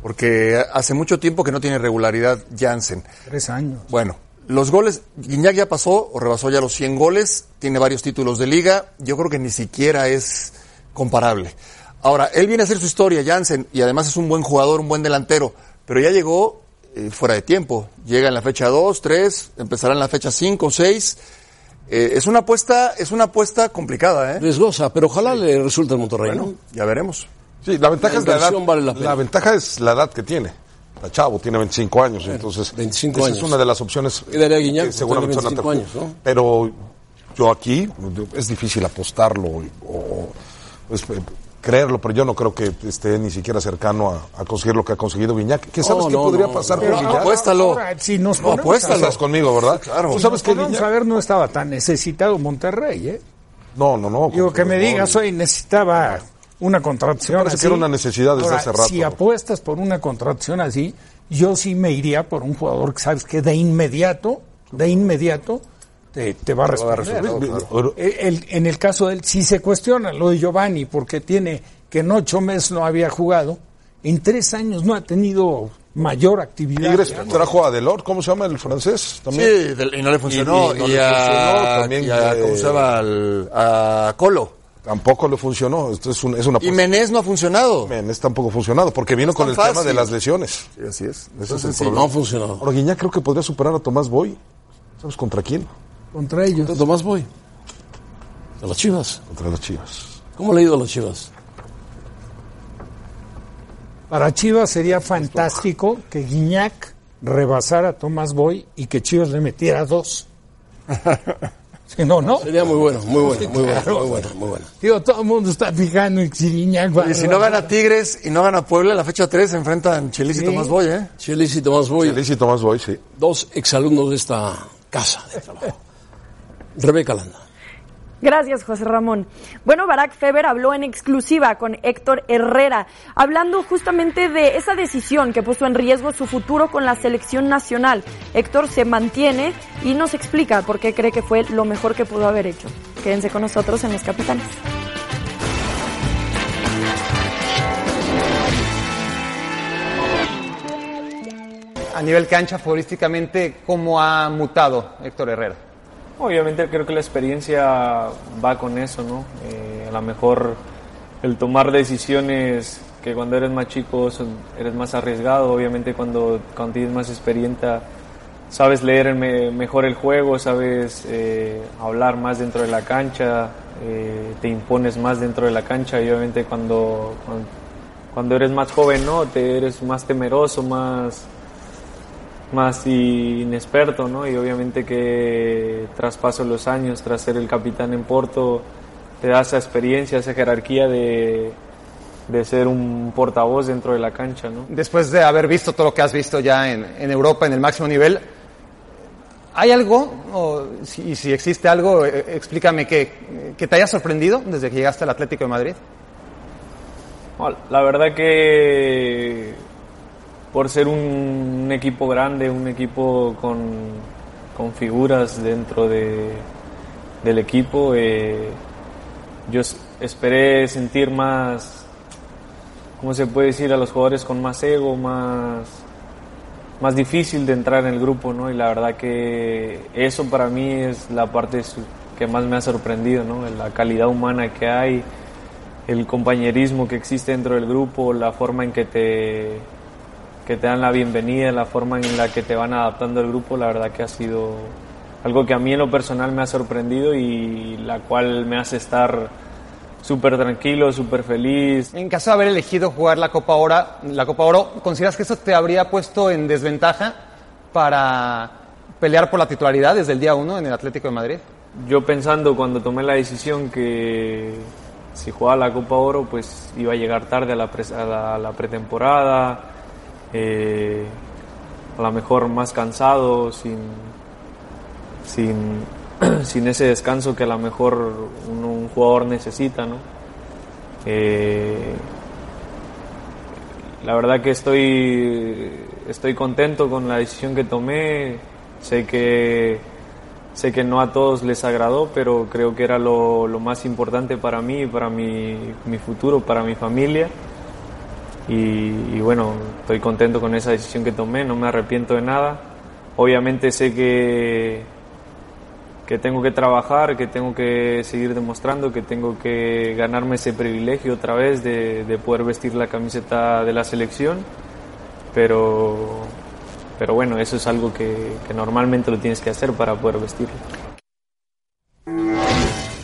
Porque hace mucho tiempo que no tiene regularidad Jansen. Tres años. Bueno, los goles, Guiñac ya pasó o rebasó ya los 100 goles, tiene varios títulos de liga, yo creo que ni siquiera es comparable. Ahora, él viene a hacer su historia, Jansen, y además es un buen jugador, un buen delantero, pero ya llegó eh, fuera de tiempo. Llega en la fecha 2, 3, empezará en la fecha 5, 6. Eh, es una apuesta, es una apuesta complicada, ¿eh? Riesgosa, pero ojalá sí. le resulte al Monterrey, bueno, ¿no? Ya veremos. Sí, la ventaja la es la edad. Vale la, la ventaja es la edad que tiene. Está chavo, tiene 25 años, bueno, entonces 25 esa años. es una de las opciones Daría Guiñac, Pues que seguramente 25 son años, ¿no? Pero yo aquí es difícil apostarlo o, pues, creerlo, pero yo no creo que esté ni siquiera cercano a, a conseguir lo que ha conseguido Guiñac. ¿Qué sabes oh, no, qué podría no, pasar con Guiñac? Apuéstalo. si nos ponemos, apuéstalas conmigo, ¿verdad? Claro. Si ¿tú sabes nos que saber no estaba tan necesitado Monterrey, ¿eh? No, no, no. Digo que me digas hoy necesitaba una contratación Parece así. que era una necesidad desde Ahora, hace rato. Si apuestas por una contratación así, yo sí me iría por un jugador que sabes que de inmediato, de inmediato, te, te va a responder. Claro. El, el, en el caso de él, sí se cuestiona lo de Giovanni, porque tiene que en ocho meses no había jugado, en tres años no ha tenido mayor actividad. Tigres trajo a Delor, ¿cómo se llama el francés? Sí, del- y no le funcionó. Y, no le funcionó, a, también, y a- eh, ¿cómo se llama? Al- a Colo. Tampoco le funcionó. Esto es, un- es una Y Menés no ha funcionado. Menés tampoco ha funcionado porque vino Es con tan el tema fácil. de las lesiones. Sí, así es. Ese es Entonces, el sí, problema. no ha pues, funcionado. Ahora Guiñac creo que podría superar a Tomás Boy. ¿Sabes contra quién? Contra ellos. Tomás Boy. A las Chivas. Contra las Chivas. ¿Cómo le ha ido a las Chivas? Para Chivas sería fantástico que Guiñac rebasara a Tomás Boy y que Chivas le metiera dos. Si no, no. Sería muy bueno, muy bueno, muy bueno, Claro. muy bueno, muy bueno. Digo, todo el mundo está fijando en si Guiñac va Y si a no gana Tigres y no gana Puebla, en la fecha 3 se enfrentan Chelis y Tomás Boy, ¿eh? Chelis y Tomás Boy, Feliz y Tomás Boy, sí. dos exalumnos de esta casa de trabajo. Rebeca Landa. Gracias, José Ramón. Bueno, Barack Feber habló en exclusiva con Héctor Herrera, hablando justamente de esa decisión que puso en riesgo su futuro con la selección nacional. Héctor se mantiene y nos explica por qué cree que fue lo mejor que pudo haber hecho. Quédense con nosotros en Los Capitanes. A nivel cancha, futbolísticamente, ¿cómo ha mutado Héctor Herrera? Obviamente creo que la experiencia va con eso, ¿no? Eh, a lo mejor el tomar decisiones que cuando eres más chico son- eres más arriesgado, obviamente cuando, cuando tienes más experiencia sabes leer el me- mejor el juego, sabes eh, hablar más dentro de la cancha, eh, te impones más dentro de la cancha y obviamente cuando, cuando, cuando eres más joven, ¿no? Te eres más temeroso, más más inexperto, ¿no? Y obviamente que tras paso de los años, tras ser el capitán en Porto, te da esa experiencia, esa jerarquía de, de ser un portavoz dentro de la cancha, ¿no? Después de haber visto todo lo que has visto ya en, en Europa, en el máximo nivel, ¿hay algo, o si- y si existe algo, eh, explícame, que, que te haya sorprendido desde que llegaste al Atlético de Madrid? Bueno, La verdad que por ser un, un equipo grande, un equipo con, con figuras dentro de, del equipo, eh, yo s- esperé sentir más, ¿cómo se puede decir?, a los jugadores con más ego, más, más difícil de entrar en el grupo, ¿no? Y la verdad que eso para mí es la parte su- que más me ha sorprendido, ¿no? La calidad humana que hay el compañerismo que existe dentro del grupo, la forma en que te, que te dan la bienvenida, la forma en la que te van adaptando al grupo, la verdad que ha sido algo que a mí en lo personal me ha sorprendido y la cual me hace estar súper tranquilo, súper feliz. En caso de haber elegido jugar la Copa, Oro, la Copa Oro, ¿consideras que eso te habría puesto en desventaja para pelear por la titularidad desde el día uno en el Atlético de Madrid? Yo pensando cuando tomé la decisión que si jugaba la Copa Oro, pues iba a llegar tarde a la, pres- a la, a la pretemporada, eh, a lo mejor más cansado, sin, sin, sin ese descanso que a lo mejor un, un jugador necesita, ¿no? Eh, la verdad que estoy, estoy contento con la decisión que tomé. Sé que, sé que no a todos les agradó, pero creo que era lo, lo más importante para mí, para mi, mi futuro, para mi familia. Y, y bueno, estoy contento con esa decisión que tomé, no me arrepiento de nada. Obviamente sé que, que tengo que trabajar, que tengo que seguir demostrando, que tengo que ganarme ese privilegio otra vez de, de poder vestir la camiseta de la selección. Pero, pero bueno, eso es algo que, que normalmente lo tienes que hacer para poder vestirlo.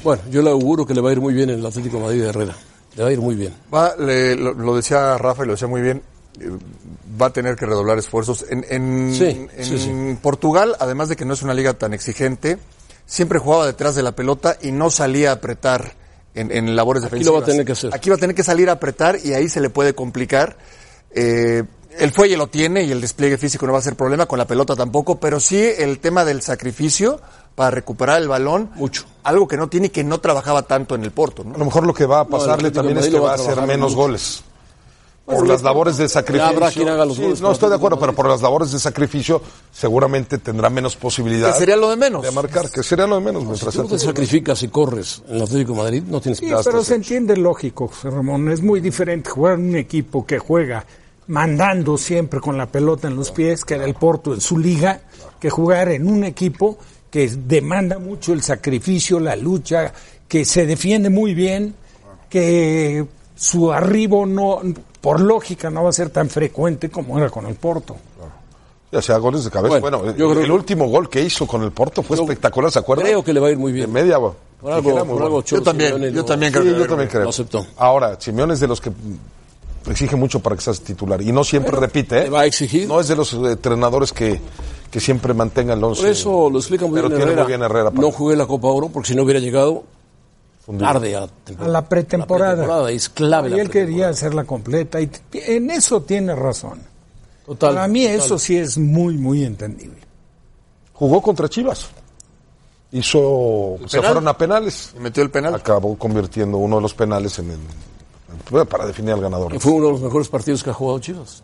Bueno, yo le auguro que le va a ir muy bien en el Atlético de Madrid de Herrera. Le va a ir muy bien. Va, le- lo, lo decía Rafa y lo decía muy bien, eh, va a tener que redoblar esfuerzos. En, en- Sí, en sí, sí. Portugal, además de que no es una liga tan exigente, siempre jugaba detrás de la pelota y no salía a apretar en, en labores Aquí defensivas. lo va a tener que hacer. Aquí va a tener que salir a apretar y ahí se le puede complicar. Eh, el fuelle lo tiene y el despliegue físico no va a ser problema, con la pelota tampoco, pero sí el tema del sacrificio para recuperar el balón. Mucho. Algo que no tiene y que no trabajaba tanto en el Porto, ¿no? A lo mejor lo que va a Atlético pasarle de también es Madrid que lo va va Pues a a hacer trabajar menos mucho. goles. Por las labores de sacrificio. este habrá quien haga los Sí, goles no para estoy de acuerdo, Atlético de pero por las labores de sacrificio seguramente tendrá menos posibilidad. Que sería lo de menos. De marcar, que sería lo de menos. mientras Tú te tanto. sacrificas y corres en el Atlético de Madrid, no tienes Sí, que pero se entiende lógico, José Ramón. Es muy diferente jugar en un equipo que juega mandando siempre con la pelota en los pies, que era el Porto en su liga, que jugar en un equipo que demanda mucho el sacrificio, la lucha, que se defiende muy bien, que su arribo no, por lógica, no va a ser tan frecuente como era con el Porto. Ya sea goles de cabeza. Bueno, yo creo el último gol que hizo con el Porto fue espectacular, ¿se acuerdan? creo que le va a ir muy bien. En media, güey. Por algo- Dijera muy por bueno. algo Cholo Yo también, Simeone yo lo- también creo Sí, que yo lo- también creo. lo aceptó. Ahora, Simeone es de los que exige mucho para que seas titular y no siempre repite. ¿eh? va a exigir. No es de los eh, entrenadores que, que siempre mantengan el once. Por eso lo explica muy Pero bien tiene Herrera. muy bien Herrera. no jugué la Copa Oro porque si no hubiera llegado Fundido. tarde a A la pretemporada. pretemporada, es clave Y la él quería hacerla completa y t- en eso tiene razón. Total, Para mí total. eso sí es muy, muy entendible. Jugó contra Chivas. Hizo, se penal? fueron a penales. metió el penal. Acabó convirtiendo uno de los penales en el, para definir al ganador. Que fue uno de los mejores partidos que ha jugado Chivas.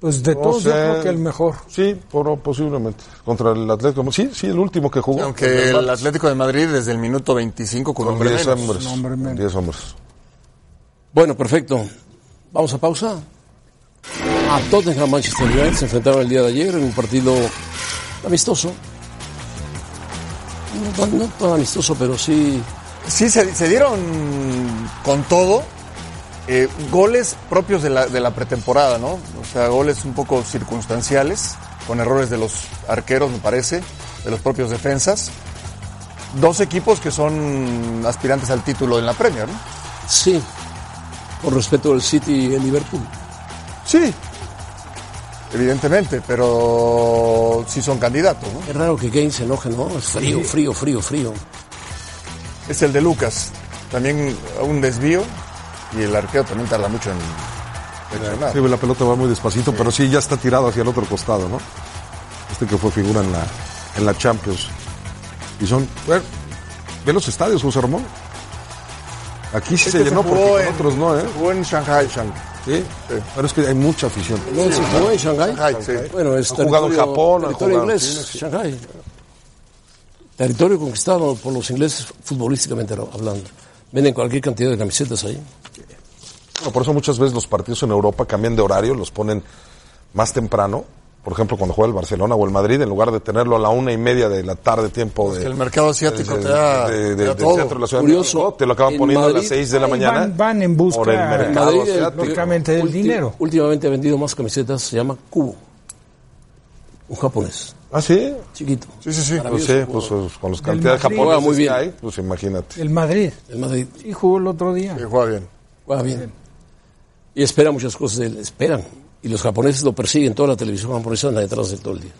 Pues de No todos yo sé. creo que el mejor. Sí, por- posiblemente. Contra el Atlético. Sí, sí, el último que jugó. Aunque el Atlético de Madrid desde el minuto 25 con, Con hombre 10 menos. hombres. Con 10 hombres. Bueno, perfecto. Vamos a pausa. A Tottenham Manchester United se enfrentaron el día de ayer en un partido amistoso. No tan, no tan amistoso, pero sí. Sí, se, se dieron con todo eh, goles propios de la, de la pretemporada, ¿no? O sea, goles un poco circunstanciales, con errores de los arqueros, me parece, de los propios defensas. Dos equipos que son aspirantes al título en la Premier, ¿no? Sí, por respeto del City y el Liverpool. Sí, evidentemente, pero sí son candidatos, ¿no? Es raro que Kane se enoje, ¿no? Es frío, Sí. frío, frío, frío. Es el de Lucas, también un desvío y el arquero también tarda mucho en... presionar. Sí, la pelota va muy despacito, pero sí, ya está tirado hacia el otro costado, ¿no? Este que fue figura en la, en la Champions. Y son, bueno, ve los estadios, José Ramón. Aquí sí Este se llenó, porque jugó con en- otros no, ¿eh? se jugó en Shanghai, Shanghai. Sí, pero es que hay mucha afición. ¿No se jugó en Shanghái? sí. Bueno, es Ha jugado en territorio- Japón, ha territorio jugado en inglés, China, sí. Shanghái. Territorio conquistado por los ingleses futbolísticamente hablando. Venden cualquier cantidad de camisetas ahí. Bueno, por eso muchas veces los partidos en Europa cambian de horario, los ponen más temprano. Por ejemplo, cuando juega el Barcelona o el Madrid, en lugar de tenerlo a la una y media de la tarde, tiempo de. que el mercado asiático del- te da- de- de- te da del todo. centro de la ciudad de Curioso, México, te lo acaban en poniendo a las Madrid- seis de la Ahí mañana. Van, van en busca por el mercado Madrid, el- asiático. lógicamente del Ulti- dinero. Últimamente ha vendido más camisetas, se llama Cubo. Un japonés, Ah, sí. chiquito. Sí, sí, sí. Pues Maravilloso sí, pues, jugador. pues, con los Madrid. cantidades japoneses Juega muy bien. que hay, pues imagínate. El Madrid. El Madrid Y jugó el otro día. Que juega bien. juega bien. Y espera muchas cosas de él, esperan. Y los japoneses lo persiguen, toda la televisión japonesa anda detrás de él todo el día.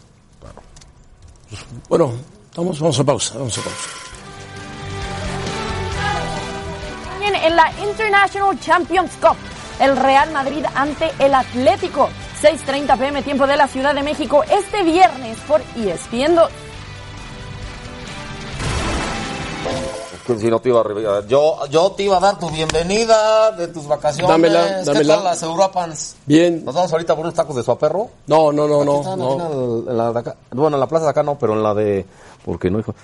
Pues, Bueno, estamos, vamos a pausa, vamos a pausa. También en la International Champions Cup, el Real Madrid ante el Atlético. 6:30 pm, tiempo de la Ciudad de México, este viernes por E ESPN 2. Pues Si no te iba a revelar. Yo, yo te iba a dar tu bienvenida de tus vacaciones. Dámela, ¿Qué dámela. tal las Europans? Bien. Nos vamos ahorita por unos tacos de suaperro. No, no, no, Aquí no. están, no. aquí en la de acá. Bueno, en la plaza de acá no, pero en la de... ¿Por qué no, hijo?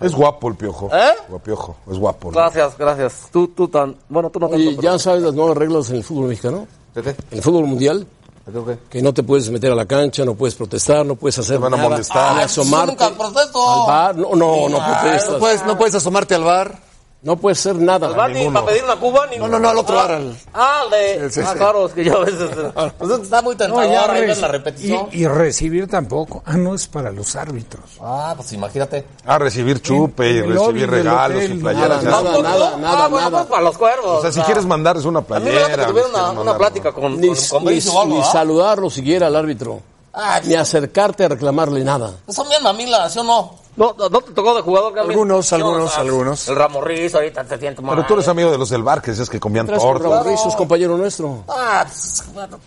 Es guapo el piojo. ¿Eh? Guapiojo, es guapo. ¿no? Gracias, gracias. Tú, tú tan... Bueno, tú no tanto, Y pero- ya sabes las nuevas reglas en el fútbol mexicano, ¿De qué? en el fútbol mundial, ¿De qué, o qué? que no te puedes meter a la cancha, no puedes protestar, no puedes hacer Te van a nada, molestar. ni Ah, asomarte yo nunca protesto. Ah, pues, al bar, no, no, no No protestas, puedes, no puedes asomarte al bar. no puedes hacer Al nada. bar ni para pedir una cuba ni... No, no, no, al otro Ah, bar, al- Ah, al de... Sí, sí, ah, sí. claro, es que yo a veces... Pues es que está muy No, tentador, ya ahí ves re- la repetición. y, y recibir tampoco. Ah, no es para los árbitros. Ah, pues imagínate. A Ah, recibir chupe y En el lobby recibir del regalos hotel, y playeras. nada, o sea, nada, nada, nada, ah, bueno, nada. pues para los cuervos. o sea, si ah. quieres mandar es una A mí me late playera. que tuviera si quieres una, una mandar, plática con, Ni, con, con ni- Brice o algo, ni ¿ah? saludarlo siquiera al árbitro, Ah, ni acercarte a reclamarle nada. pues Son bien mamilas, ¿sí o no? No, no, no te tocó de jugador, Carmen? Algunos, Sí, algunos, o sea, algunos. El Ramorriz ahorita te siento mal. Pero tú eres amigo de los del bar que decías que comían Tras con Raúl tortas. Rizos, compañero nuestro. Ah, pues, bueno.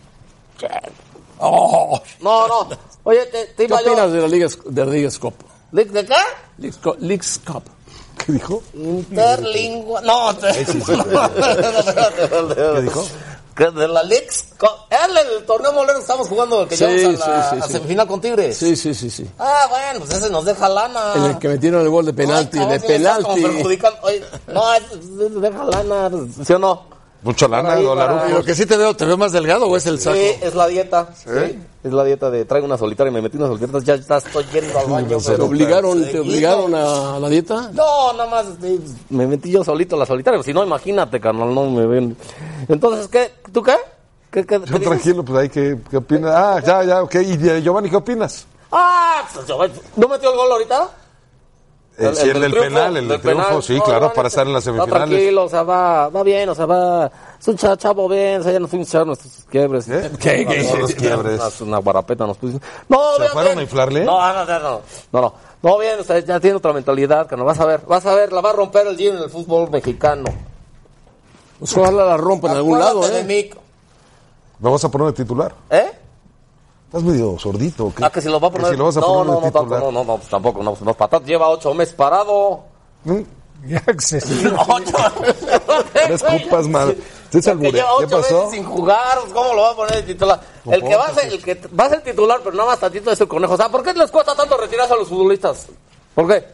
che. No, no. Oye, te, te ¿Qué iba yo. opinas de la Liga, de la Liga Cup? ¿De, de qué? Leagues Cup- Leagues Cup. ¿Qué dijo? Interlingua. No, te... ¿Qué dijo? Que de la Lex. El, el torneo molero que estamos jugando, el que Sí, llevamos a la sí, sí, a sí. semifinal con Tigres. Sí, sí, sí, sí. Ah, bueno, pues ese nos deja lana. En el que metieron el gol de penalti, Ay, cabrón, de si me estás como penalti. pues, perjudicando. Oye, no, es- es- deja lana, ¿sí o no? Mucha lana, Ahí para- dolarucos. Lo que sí te veo, ¿te veo más delgado o es el saco? Sí, es la dieta. ¿Eh? Sí. Es la dieta de traigo una solitaria y me metí unas solitarias, ya, ya estoy yendo al baño. pues, ¿Te obligaron, ¿Te seguido. obligaron a la dieta? No, nada más. eh, Me metí yo solito a la solitaria. pues, Si no, imagínate, carnal, no me ven. Entonces, ¿qué? ¿Tú qué? ¿Qué, qué- qué Yo dices? tranquilo, pues ahí que qué opinas. Ah, ya, ya, ok. ¿Y de Giovanni qué opinas? ¡Ah! pues, yo- ¿No metió el gol ahorita? Eh, sí, el del triunfo, penal, el del triunfo, penal. sí, No, claro, no, para estar en las no, semifinales. tranquilo, o sea, va, va bien, o sea, va. Es un cha- chavo bien, o sea, ya nos fuimos a echar nuestros quiebres. ¿Qué? ¿Qué? No, Los quiebres. Una, una guarapeta nos pusimos. No, ¿Se vean fueron bien. a inflarle? No, no, no, no. No, no. No, bien, o sea, ya tiene otra mentalidad, que no vas a ver, vas a ver, la va a romper el gym en el fútbol mexicano. Pues ojalá la rompan en algún lado, Acuérdate ¿eh? de mí, ¿Me vas a poner de titular? ¿Eh? Estás medio sordito. ¿o qué? Ah, que si lo va a ¿Que poner. si lo vas a no, poner no, de no, titular? tampoco, no, no, pues tampoco, no, pues no, patat lleva ocho meses parado. Ocho. Tres copas, madre. ¿Te que lleva ¿Qué ocho pasó? pues. veces sin jugar, pues, ¿cómo lo va a poner de titular? El que, va a ser, el que va a ser titular, pero nada más tantito es el conejo. O sea, ¿por qué les cuesta tanto retirarse a los futbolistas? ¿Por qué?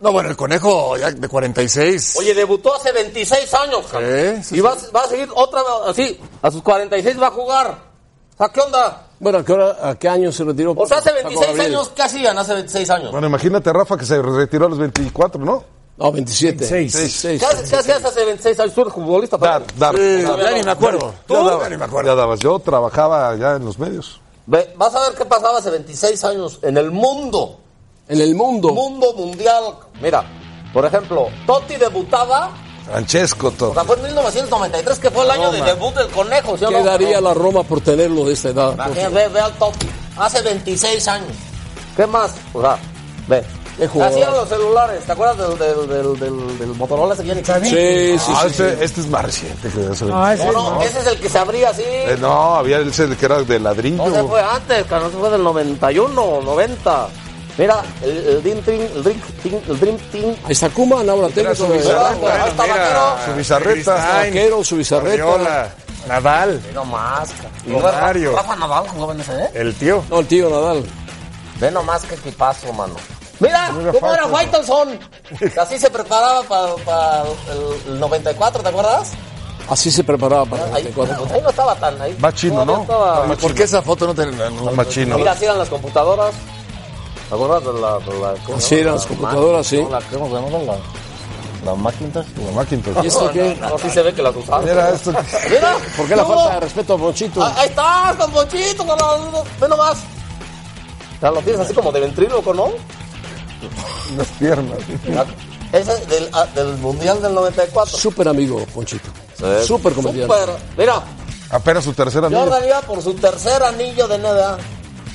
No, bueno, el conejo ya de 46. Oye, debutó hace 26 años, cabrón. ¿eh? Y va, a- va a seguir otra vez así. A sus 46 va a jugar. O sea, ¿qué onda? Bueno, ¿a qué, hora- a qué año se retiró? O sea, hace Paco 26 Gabriel? años, ¿qué hacían hace 26 años? Bueno, imagínate a Rafa que se retiró a los 24, ¿no? No, 27. 26. ¿Qué haces qué hacías hace 26 años? Tú eres futbolista. Dar, dar. Sí, Dar. ya ni me acuerdo. Ya daba- Ya dabas. Yo trabajaba ya en los medios. Ve, vas a ver qué pasaba hace 26 años en el mundo. En el mundo. Mundo mundial. Mira, por ejemplo, Totti debutaba. Francesco, O todo. sea, fue en 1993 que fue el año de debut del conejo. ¿sí o ¿Qué no? daría No. la Roma por tenerlo de esta edad? Imagínate, ve, ve al Totti. Hace 26 años. ¿Qué más? O sea, ve. Qué jugador. Hacían los celulares. ¿Te acuerdas del, del, del, del, del Motorola ese que ya ni Ah, Sí, sí, sí, Ah, este, este es más reciente. Que hace No, 26, no, ese es el que se abría así. Eh, no, había el ese que era de ladrillo. No se fue antes, carnal, se fue del 91, 90. Mira, el, el Dream Team, el Dream Team, el Dream Team. Ahí está Koeman, ahora técnico su de bizarreta. Vaquero, Ahí está Vaquero. Su bizarreta. Vaquero, su bizarreta. Nadal, Ve nomás, carnal. Y Romario. Rafa Rafa Nadal jugaba en ese, ¿eh? el tío. No, el tío Nadal. Ve nomás qué equipazo, mano. Mira, Mira, cómo era Fafa. Faitelson. Así se preparaba para el, el 94, ¿te acuerdas? Así se preparaba para el Ahí, 94. pues ahí no estaba tan ahí. Va chino, Todavía ¿no? estaba- ¿Por qué esa foto no te.? no- no- Más chino. Mira, así eran las computadoras. ¿Te acuerdas de la... De la ¿cómo Así se llama? eran las computadoras, sí. No, la, ¿Cómo se llama? La, la Macintosh. La Macintosh. ¿Y esto qué? No, sí se ve que las usaron. Mira esto. Mira, ¿Por qué la ¿cómo? falta de respeto a Ponchito? Ah, ahí está, con Ponchito, con la... Ve nomás. O sea, lo tienes así como de ventríloco, ¿no? Las piernas. Ese del, ah, del Mundial del 94. Súper amigo, Ponchito. Súper comediante. Súper. Mira, Apenas su tercera amiga. Jordan iba por su tercer anillo de NBA.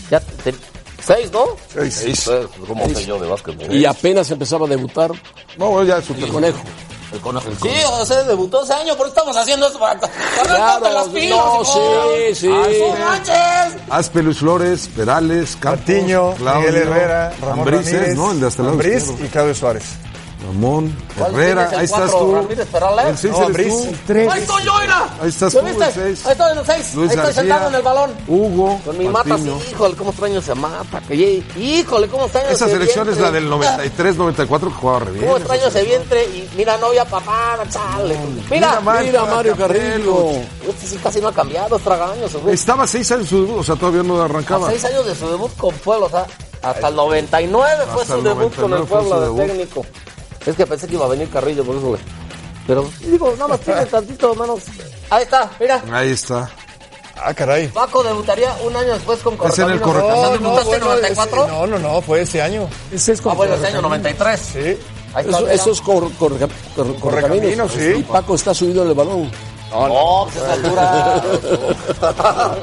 Ya, te- seis, ¿no? Seis. Seis, ¿Cómo sé yo de básquetbol? Y apenas empezaba a debutar No, bueno, ya su el tercera. conejo. Sí, o sea, debutó ese año, pero estamos haciendo esto para... para Claro, ponte las pilas, no, hijo. sí, sí. Ay, ¡No manches! Aspelus Flores, Perales, Campos, Patiño, Claudio, Miguel Herrera, Ramón Ambriz, Ramírez, ¿no? El de hasta el lado Ambriz izquierdo. y Claudio Suárez. Ramón, ¿Cuál Herrera, tienes el ahí estás cuatro, tú. Ramírez Perales? El seis No, eres Ambriz. tú. ¡Ahí estoy yo, mira! Ahí estás ¿Lo tú, el viste? seis. Ahí estoy en el 6. Ahí Luis estoy García. sentado en el balón. Hugo, Con mi mata, sí, Patiño. híjole, cómo extraño ese mata. Que, ye- híjole, cómo extraño Esa ese selección es vientre. la del 93, 94 que jugaba re bien. Cómo extraño ese vientre y mira, no había papá, chale. Mira, Mario, Mira, Mario Carrillo. este sí casi no ha cambiado, estragaño, seguro. Estaba seis años su debut, o sea, todavía no A arrancaba. Ah, seis años de su debut con Puebla, o sea, hasta el 99 fue Hasta su el debut con el 99 fue Puebla su de debut. técnico. Es que pensé que iba a venir Carrillo, por eso le... Pero, digo, nada más tiene tantito menos... Ahí está, mira. Ahí está. Ah, caray. Paco debutaría un año después con Es en el Correcaminos. Correcaminos. ¿No debutaste en bueno, ese- 94? no, no, no, fue ese año. Ese es Ah, como bueno, ese año 93. Sí. Ahí está, Eso, mira. eso es cor- corre- cor- correcaminos. Correcaminos, sí. Y Paco está subido en el balón. No, pues esa altura.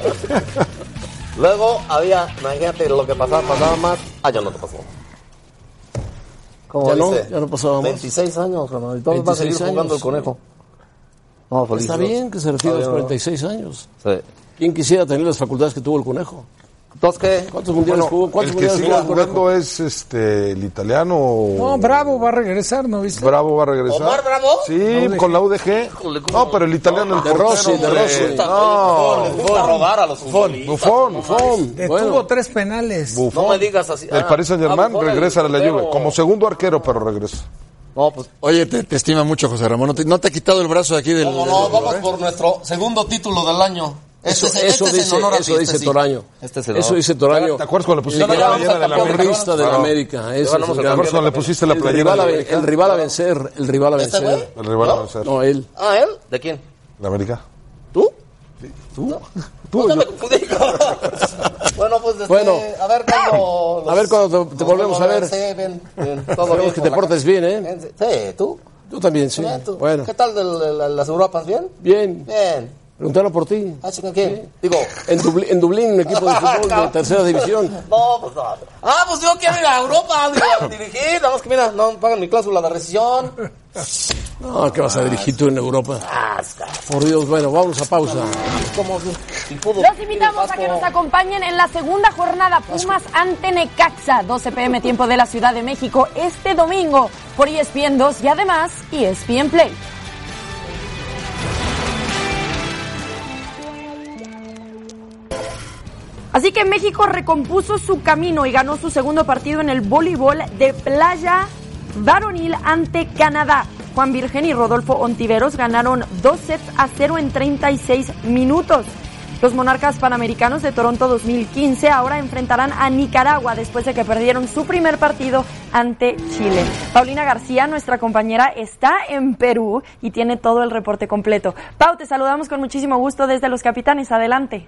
Luego había, imagínate lo que pasaba, pasaba más. Ah, ya no te pasó. ¿Cómo Ya no, dice? ya no pasaba más. 26 años, carnal. Y todo va a seguir 26 años. jugando el conejo. No, feliz. Está Dios. bien que se refiere a los Está bien, 46 años. ¿no? Sí. ¿Quién quisiera tener las facultades que tuvo el conejo? Entonces, ¿qué? ¿Cuántos mundiales jugó? ¿Cuántos El que mundiales sigue jugó el conejo? jugando es este, el italiano. No, Bravo va a regresar, ¿no viste? Bravo va a regresar. ¿Omar Bravo? Sí, con la UDG. Híjole, ¿cómo? No, pero el italiano, el De Rossi, portero, de hombre. Rossi. No, les gusta robar a los futbolistas. Bufón, Bufón. Detuvo Bueno. tres penales. No me digas así. El Ah, Paris Saint ah, Germain Bufón, el regresa a la portero. Juve como segundo arquero, pero regresa. No, pues, oye, te, te estima mucho José Ramón. No te, no te ha quitado el brazo de aquí del. Como del- no, ¿eh? vamos por nuestro segundo título del año. Eso- Este es- este eso es en dice- honor a ti, eso este dice sí. Toraño. Este es en Eso honor. dice Toraño. ¿Te acuerdas cuando le pusiste el pues, la playera de la América? terrorista de la Claro. América? Le Ese ganamos es el el gran- campeón cuando le pusiste la el playera rival de la a ven- América. El rival a vencer. El rival a ¿Este vencer. El rival a vencer. No, él. ¿Ah, él? ¿De quién? ¿La América? ¿Tú? No, me confundí. bueno, pues desde, Bueno. a ver cuando... A ver cuando te, te volvemos a ver. ven, ven, todo bien Esperemos que por te la portes bien, ¿eh? casa. Sí, ¿tú? Yo también, sí. Bien, tú. Bueno, ¿Qué tal de la- la- las Europas? ¿Bien? bien. Bien. Preguntaron por ti. Ah, chica, ¿qué? Digo... En, Dubli- en Dublín, un equipo de fútbol de tercera división. No, pues no. Ah, pues yo quiero ir a Europa digo, a dirigir. Nada más que mira, no pagan mi cláusula de rescisión. No, Ah, ¿qué vas a dirigir tú en Europa? Por Dios, bueno, vamos a pausa. Como Los invitamos a que nos acompañen en la segunda jornada Pumas ante Necaxa, 12 pm tiempo de la Ciudad de México, este domingo por E ESPN 2 y además E ESPN Play. Así que México recompuso su camino y ganó su segundo partido en el voleibol de playa varonil ante Canadá. Juan Virgen y Rodolfo Ontiveros ganaron dos sets a cero en 36 minutos. Los monarcas panamericanos de Toronto 2015 ahora enfrentarán a Nicaragua después de que perdieron su primer partido ante Chile. Paulina García, nuestra compañera, está en Perú y tiene todo el reporte completo. Pau, te saludamos con muchísimo gusto desde Los Capitanes. Adelante.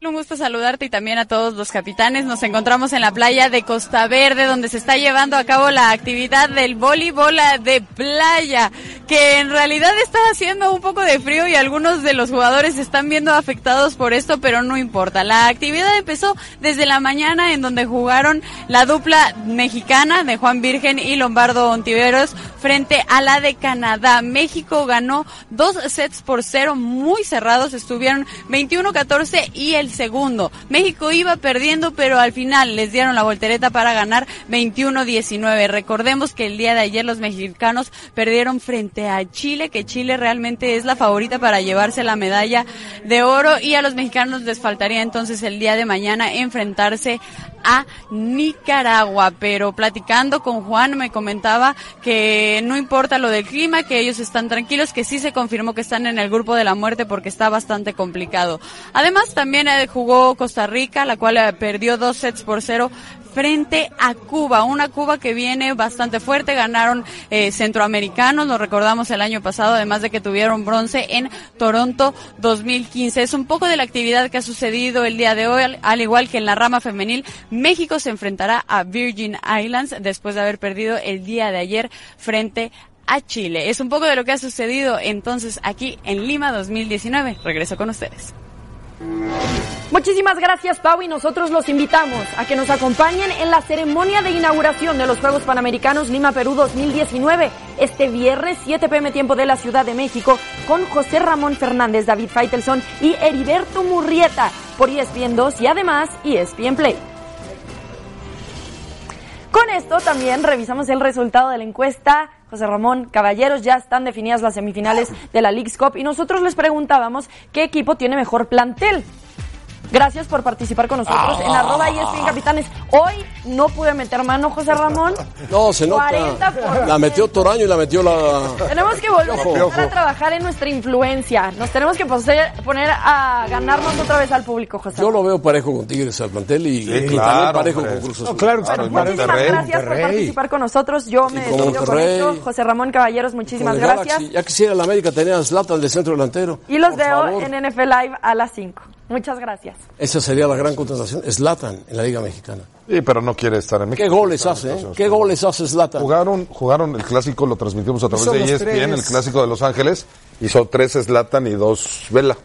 Un gusto saludarte y también a todos los capitanes. Nos encontramos en la playa de Costa Verde, donde se está llevando a cabo la actividad del voleibol de playa, que en realidad está haciendo un poco de frío y algunos de los jugadores se están viendo afectados por esto, pero no importa. La actividad empezó desde la mañana, en donde jugaron la dupla mexicana de Juan Virgen y Lombardo Ontiveros frente a la de Canadá. México ganó dos sets por cero, muy cerrados, estuvieron 21-14 y el segundo. México iba perdiendo, pero al final les dieron la voltereta para ganar 21-19. Recordemos que el día de ayer los mexicanos perdieron frente a Chile, que Chile realmente es la favorita para llevarse la medalla de oro y a los mexicanos les faltaría entonces el día de mañana enfrentarse a Nicaragua, pero platicando con Juan me comentaba que no importa lo del clima, que ellos están tranquilos, que sí se confirmó que están en el grupo de la muerte porque está bastante complicado. Además también eh, jugó Costa Rica, la cual eh, perdió dos sets por cero frente a Cuba, una Cuba que viene bastante fuerte, ganaron eh, centroamericanos, lo recordamos el año pasado, además de que tuvieron bronce en Toronto 2015. Es un poco de la actividad que ha sucedido el día de hoy, al- al igual que en la rama femenil, México se enfrentará a Virgin Islands después de haber perdido el día de ayer frente a Chile. Es un poco de lo que ha sucedido entonces aquí en Lima 2019. Regreso con ustedes. Muchísimas gracias, Pau, y nosotros los invitamos a que nos acompañen en la ceremonia de inauguración de los Juegos Panamericanos Lima Perú 2019, este viernes 7 pm tiempo de la Ciudad de México, con José Ramón Fernández, David Feitelson y Heriberto Murrieta por E ESPN 2 y además E ESPN Play. Con esto también revisamos el resultado de la encuesta. José Ramón, caballeros, ya están definidas las semifinales de la League's Cup y nosotros les preguntábamos qué equipo tiene mejor plantel. Gracias por participar con nosotros en arroba ESPN Capitanes. Hoy no pude meter mano, José Ramón. No, se nota. 40%. La metió Toraño y la metió la... Tenemos que volver a Piojo. empezar a trabajar en nuestra influencia. Nos tenemos que poseer- poner a ganarnos otra vez al público, José. Yo lo veo parejo con Tigres al plantel y, y también claro, parejo hombre. con Cruz No, Azul. claro que Claro, sí. y Monterrey, Muchísimas gracias por Monterrey. participar con nosotros. Yo me con despido con Monterrey. esto. José Ramón Caballeros, Con muchísimas el gracias. Galaxy. Ya quisiera la América tener a Zlatan de centro delantero. Y los Por veo favor. en NF Live a las 5. Muchas gracias. Esa sería la gran contratación. Zlatan en la Liga Mexicana. Sí, pero no quiere estar en México. ¿Qué goles hace? eh? ¿Qué goles hace Zlatan? Jugaron, jugaron el clásico, lo transmitimos a través Son de E los ESPN, tres. el clásico de Los Ángeles. Hizo tres Slatan y dos Vela.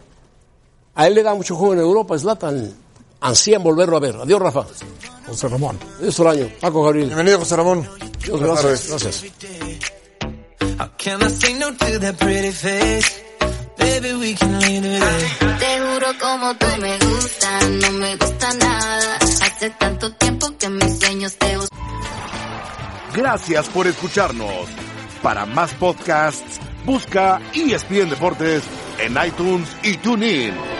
A él le da mucho juego en Europa, Zlatan. Ansían volverlo a ver. Adiós, Rafa. José Ramón. Adiós, Toraño. Paco Gabriel. Bienvenido, José Ramón. Dios, gracias. Gracias. Can I say no to that pretty face? Baby, we can leave it. Te juro como tú me gustas, no me gusta nada. Hace tanto tiempo que mis sueños te gustan. Gracias por escucharnos. Para E más podcasts, busca ESPN Deportes en iTunes y TuneIn.